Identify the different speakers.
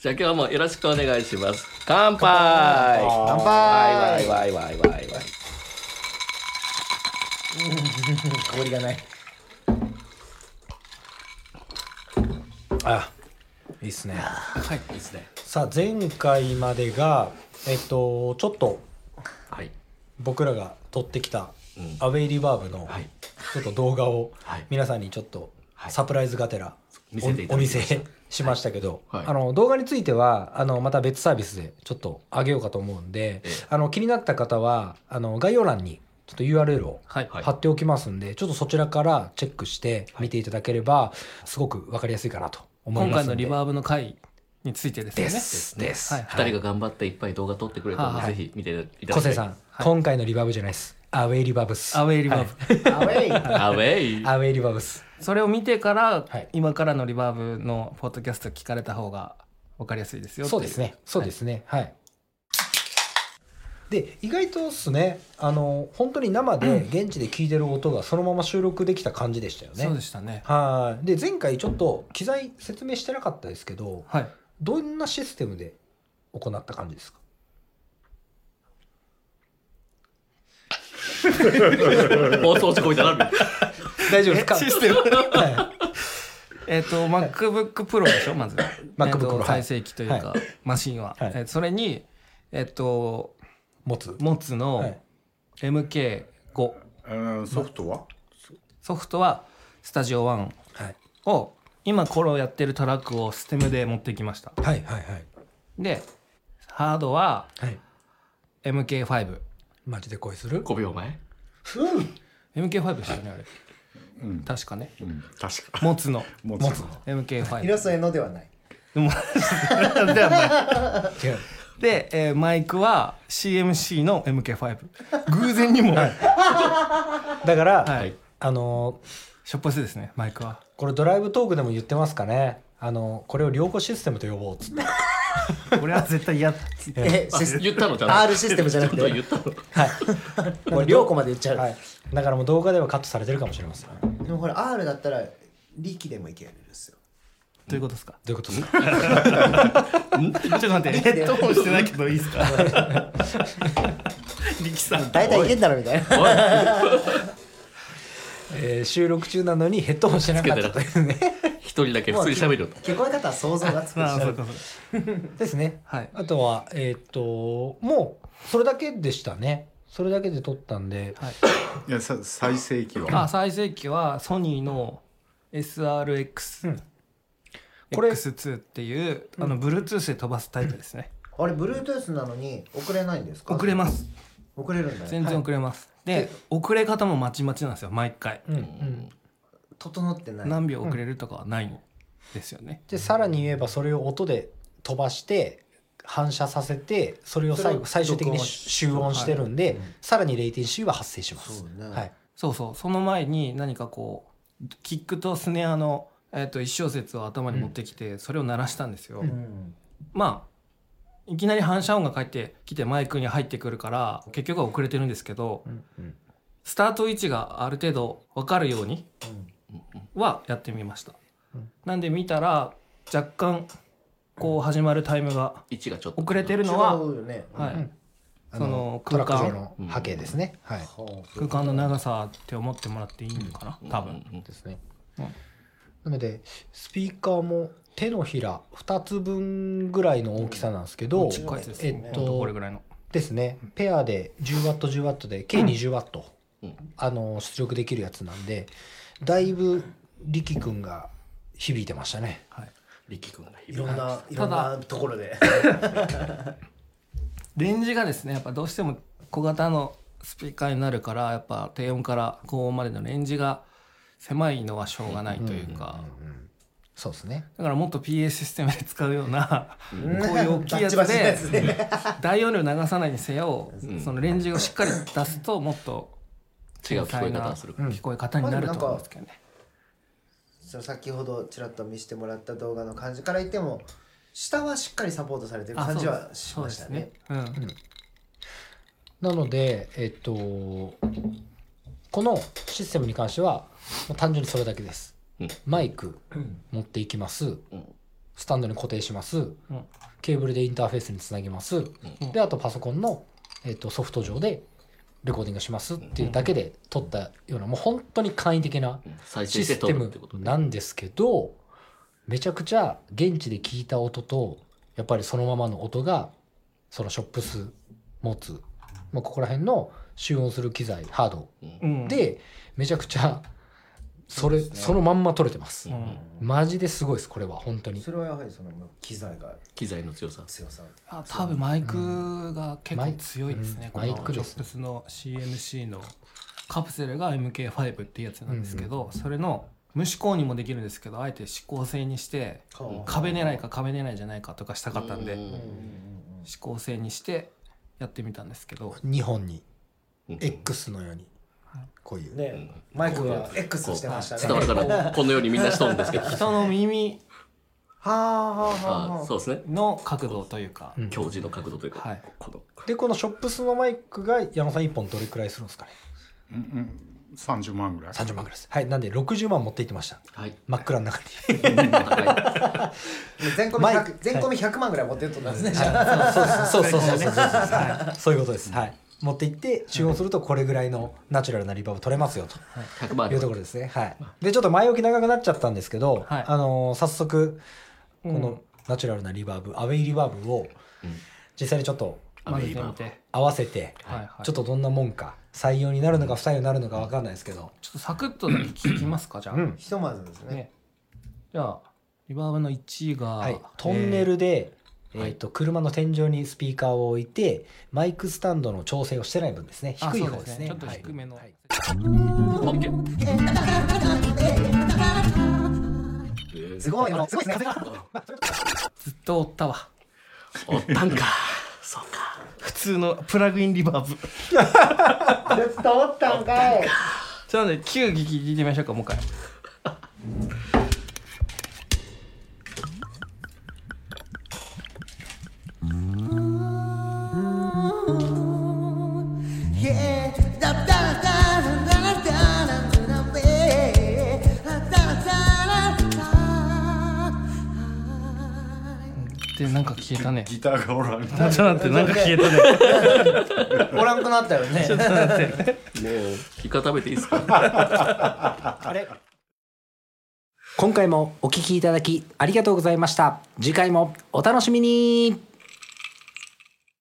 Speaker 1: じゃあ今日もよろしくお願いします。乾杯
Speaker 2: 乾杯
Speaker 1: わいわいわいわいわいわい。
Speaker 2: 氷がない
Speaker 3: あいいっすね
Speaker 1: はい、いいですね。
Speaker 3: さあ前回までがえっとちょっと
Speaker 1: はい。
Speaker 3: 僕らが撮ってきた
Speaker 1: うん
Speaker 3: アウェイリバーブの
Speaker 1: はい。
Speaker 3: ちょっと動画を
Speaker 1: はい
Speaker 3: 皆さんにちょっと
Speaker 1: はい
Speaker 3: サプライズがてら
Speaker 1: 見せてい
Speaker 3: お
Speaker 1: た
Speaker 3: お
Speaker 1: だき
Speaker 3: 見
Speaker 1: ました
Speaker 3: せしましたけど
Speaker 1: はい
Speaker 3: あの動画についてはあのまた別サービスでちょっと上げようかと思うん
Speaker 1: え
Speaker 3: で
Speaker 1: え
Speaker 3: あの気になった方はあの概要欄にちょっと URL を
Speaker 1: はい。はい
Speaker 3: 貼。っておきますんでちょっとそちらからチェックして見ていただければすごく分かりやすいかなと思い
Speaker 2: 今
Speaker 3: ま
Speaker 2: 回
Speaker 3: す
Speaker 2: の
Speaker 3: んで
Speaker 2: リバーブの回についてですよ
Speaker 3: で
Speaker 2: ね
Speaker 3: すです
Speaker 2: はい
Speaker 1: 二人が頑張っていっぱい動画撮ってくれたの
Speaker 2: は
Speaker 1: で、
Speaker 2: い
Speaker 1: ぜひ見ていただきたい。
Speaker 3: 小瀬さん、。今回のリバーブじゃないですアウェイリバーブス
Speaker 2: ア
Speaker 3: ア
Speaker 2: ウェイリバーブ、アウェイ
Speaker 1: アウェイ。
Speaker 3: ウェイリバーブス
Speaker 2: それを見てから、
Speaker 3: はい
Speaker 2: 今からのリバーブのポッドキャスト聞かれた方が分かりやすいですよってい
Speaker 3: そうですねそうですねはい、で意外とっすねあの本当に生で現地で聞いてる音がそのまま収録できた感じでしたよね
Speaker 2: そうでしたね
Speaker 3: はいで前回ちょっと機材説明してなかったですけど
Speaker 2: はい
Speaker 3: どんなシステムで行った感じですか
Speaker 1: 放送事故いたな。
Speaker 3: 大丈夫ですか
Speaker 2: システム
Speaker 3: は
Speaker 2: えっと MacBook Pro でしょまず
Speaker 3: MacBook
Speaker 2: えっと
Speaker 3: Pro はい
Speaker 2: 再生機というか、マシンは、
Speaker 3: はい
Speaker 2: えーそれにえっ、と
Speaker 3: い持つ
Speaker 2: モツ
Speaker 3: は
Speaker 2: の
Speaker 3: い
Speaker 2: MK5
Speaker 4: うんソフトは
Speaker 2: ソフトはスタジオ1
Speaker 3: はい
Speaker 2: を今これをやってるトラックをステムで持ってきました
Speaker 3: はいはいはい
Speaker 2: でハードは
Speaker 3: はい
Speaker 2: MK5MK5
Speaker 3: マジで恋する
Speaker 1: 五秒前。
Speaker 2: でしたよねあれ、
Speaker 4: うん
Speaker 2: 確かね
Speaker 4: うん確か
Speaker 2: モツの
Speaker 4: 持
Speaker 3: 持つ
Speaker 2: MK5
Speaker 5: 広末のではない
Speaker 3: 違う
Speaker 2: で、えーマイクは CMC の MK5 偶然にも、
Speaker 3: だから、
Speaker 2: はい
Speaker 3: あの
Speaker 2: しょっぱいですねマイクは
Speaker 3: これドライブトークでも言ってますかねあのこれを良好システムと呼ぼうっつって
Speaker 2: 俺は絶対やっ
Speaker 5: え
Speaker 1: あ
Speaker 5: シス
Speaker 1: 言ったのじゃん
Speaker 5: R システムじゃなく
Speaker 1: ちょっと
Speaker 5: て
Speaker 1: 言ったの。
Speaker 5: もう両子まで言っちゃう、
Speaker 3: はい、だからもう動画ではカットされてるかもしれませんど
Speaker 5: でもこれ R だったら力でもいけるんですよ
Speaker 2: ということですか
Speaker 3: ういうことですか
Speaker 2: ちょっと待ってヘッドホンしてないけどいいですか力さん
Speaker 5: 大体いけんだろみたいな
Speaker 3: えー収録中なのにヘッドホンしてなかったというね
Speaker 1: 一人だけ普通に喋ると。
Speaker 5: 聞こえ方は想像がつ く
Speaker 2: ああそう
Speaker 5: し
Speaker 2: かそうか
Speaker 3: ですね
Speaker 2: はい
Speaker 3: あとはえーっともうそれだけでしたねそれだけで撮ったんで、
Speaker 2: はい
Speaker 4: いやさ最盛期は
Speaker 2: あ最盛期はソニーの SRX、
Speaker 3: うん
Speaker 2: X2
Speaker 3: これ
Speaker 2: っていう、あの Bluetooth で飛ばすタイプですね、
Speaker 5: あれ Bluetooth なのに遅れないんですか
Speaker 2: 遅れます
Speaker 5: 遅れるんだね
Speaker 2: 全然遅れます、で遅れ方もまちまちなんですよ毎回、
Speaker 3: うんうん、
Speaker 5: 整ってない
Speaker 2: 何秒遅れるとかはないんですよね、
Speaker 3: でさらに言えばそれを音で飛ばして反射させてそれを最後
Speaker 5: それ
Speaker 3: 最終
Speaker 5: を
Speaker 3: 的に
Speaker 5: 録音し
Speaker 3: 集音してるんで、
Speaker 5: うん
Speaker 3: さらにレイテンシーは発生します
Speaker 5: そうね
Speaker 3: はい
Speaker 2: そうそうその前に何かこうキックとスネアの、えっと一小節を頭に持ってきて、それを鳴らしたんですよ、
Speaker 5: うん
Speaker 2: まあいきなり反射音が返ってきてマイクに入ってくるから結局は遅れてるんですけど、スタート位置がある程度分かるようにはやってみました、
Speaker 3: うん
Speaker 2: なんで見たら若干こう始まるタイムが
Speaker 1: 位置がちょっと
Speaker 2: 遅れて
Speaker 5: 違
Speaker 2: る
Speaker 5: う
Speaker 2: のは、
Speaker 5: よね
Speaker 2: はい
Speaker 3: うん
Speaker 2: その
Speaker 3: トラ
Speaker 2: 空
Speaker 3: ック上
Speaker 2: 間
Speaker 3: の波形ですね、はい
Speaker 2: 空間の長さって思ってもらっていいのかな、多分、
Speaker 1: うん
Speaker 3: ですね、
Speaker 2: うん
Speaker 3: なのでスピーカーも手のひら2つ分ぐらいの大きさなんですけど、
Speaker 2: ちっこいやつです、
Speaker 3: え
Speaker 2: ね
Speaker 3: っ
Speaker 2: ほんと
Speaker 3: と
Speaker 2: これぐらいの
Speaker 3: ですねペアで 10W10W で計 20W、
Speaker 1: うん
Speaker 3: あの出力できるやつなんでだいぶ力くんが響いてましたね
Speaker 2: はい
Speaker 1: 力君が
Speaker 5: い
Speaker 1: 響
Speaker 5: ろ
Speaker 1: く
Speaker 5: んないろんなところで
Speaker 2: レンジがですねやっぱどうしても小型のスピーカーになるからやっぱ低音から高音までのレンジが狭いのはしょうがないというか、
Speaker 3: そうですね
Speaker 2: だからもっと PA システムで使うような
Speaker 5: こう
Speaker 2: こういう大きいやつで
Speaker 5: ね
Speaker 2: 大容量流さないにせよ、
Speaker 1: うん
Speaker 2: そのレンジをしっかり出すともっと
Speaker 1: 違う聞こえ方をする。
Speaker 3: うん
Speaker 2: 聞こえ方になると思うんですけどね。
Speaker 5: その先ほどちらっと見せてもらった動画の感じから言っても下はしっかりサポートされてる
Speaker 2: あ
Speaker 5: 感じ
Speaker 2: そう
Speaker 5: は
Speaker 2: です
Speaker 5: しましたね
Speaker 2: そうですね
Speaker 3: なのでえっとこのシステムに関してはもう単純にそれだけです、
Speaker 1: うん
Speaker 3: マイク持っていきます、
Speaker 1: うん
Speaker 3: スタンドに固定します、ケーブルでインターフェースにつなぎます、であとパソコンの、えっとソフト上でレコーディングしますっていうだけで撮ったような、もう本当に簡易的な
Speaker 1: 再生
Speaker 3: シ
Speaker 1: して
Speaker 3: ス
Speaker 1: 撮
Speaker 3: テ
Speaker 1: るっ
Speaker 3: ム
Speaker 1: てことね
Speaker 3: なんですけどめちゃくちゃ現地で聞いた音とやっぱりそのままの音がそのショップス持つ、まあ、ここら辺の集音する機材ハード
Speaker 2: うん、
Speaker 3: でめちゃくちゃそれそ,、のまんま撮れてます、
Speaker 2: うん
Speaker 3: マジですごいですこれは本当に
Speaker 5: それはやはりその機材が
Speaker 1: 機材の強さ
Speaker 5: 強さ
Speaker 2: あ多分マイクが結構強いですね、
Speaker 3: うん
Speaker 2: この
Speaker 3: マイク
Speaker 2: ジ
Speaker 3: で
Speaker 2: ョ
Speaker 3: す
Speaker 2: ップスの CMC のカプセルが MK5 っていうやつなんですけど、それの無指向にもできるんですけどあえて指向性にして壁狙いか壁狙いじゃないかとかしたかったんで、
Speaker 1: う
Speaker 5: うんうん
Speaker 1: ん
Speaker 5: うん
Speaker 2: 指向性にしてやってみたんですけど
Speaker 3: 2本に
Speaker 1: うん
Speaker 3: X のようにこういう、
Speaker 5: ねマイクが X してましたね
Speaker 1: 伝わるからこのようにみんなしとるんですけど
Speaker 2: 人の耳
Speaker 5: はあはあはあ
Speaker 1: あ
Speaker 5: はあ
Speaker 1: そうですね
Speaker 2: の角度というか、
Speaker 3: うん
Speaker 1: 教授の角度というか、
Speaker 2: はい
Speaker 1: この
Speaker 3: でこのショップスのマイクが矢野さん1本どれくらいするんですかね
Speaker 4: うんうん30万ぐらい
Speaker 3: 30万くらいですはいなんで60万持って行ってました
Speaker 1: はい
Speaker 3: 真っ暗の中に
Speaker 1: は
Speaker 5: 全込み
Speaker 3: マイ
Speaker 5: 100
Speaker 3: ク
Speaker 5: 全込み100万ぐらい持ってったんですね
Speaker 3: そうそうそうそうそうそうそうそういうことです。はい。持って行って注文するとこれぐらいのナチュラルなリバーブ取れますよと
Speaker 1: い100万
Speaker 3: いうところですね。はい。でちょっと前置き長くなっちゃったんですけど、
Speaker 2: はい
Speaker 3: あのー早速こ
Speaker 2: うん
Speaker 3: のナチュラルなリバーブ、アウェイリバーブを実際にちょっと
Speaker 1: ア
Speaker 2: 混
Speaker 1: メ
Speaker 2: ぜ
Speaker 1: リ
Speaker 2: て
Speaker 1: カ
Speaker 2: みて、
Speaker 3: 合わせて、
Speaker 2: はいはい、
Speaker 3: ちょっとどんなもんか採用になるのか不採用になるのかわかんないですけど、
Speaker 2: ちょっとサクッとだけ聞きますかじゃあ、
Speaker 3: うん
Speaker 5: ひとまずですね
Speaker 2: ね、じゃあリバーブの1位が、
Speaker 3: はい。トンネルで。え
Speaker 1: えー
Speaker 3: ーと車の天井にスピーカーを置いてマイクスタンドの調整をしてない分ですね
Speaker 2: あ
Speaker 3: 低い方ですね
Speaker 2: そうちょっと低めの、
Speaker 3: はいはい
Speaker 1: オッケーえー
Speaker 5: すごいすごいですね
Speaker 2: ずっと追ったわ
Speaker 1: おったん かそうか
Speaker 2: 普通のプラグインリバー ブ
Speaker 5: ずっとおったんか い
Speaker 2: じゃあね9聞聞いてみましょうかもう一回でなんか消えたねち
Speaker 4: ギターがおらん
Speaker 2: ょっと待ってなんか消えたね
Speaker 5: おらんくなったよね
Speaker 1: もうイカ食べていいですか
Speaker 3: 今回もお聞きいただきありがとうございました。次回もお楽しみに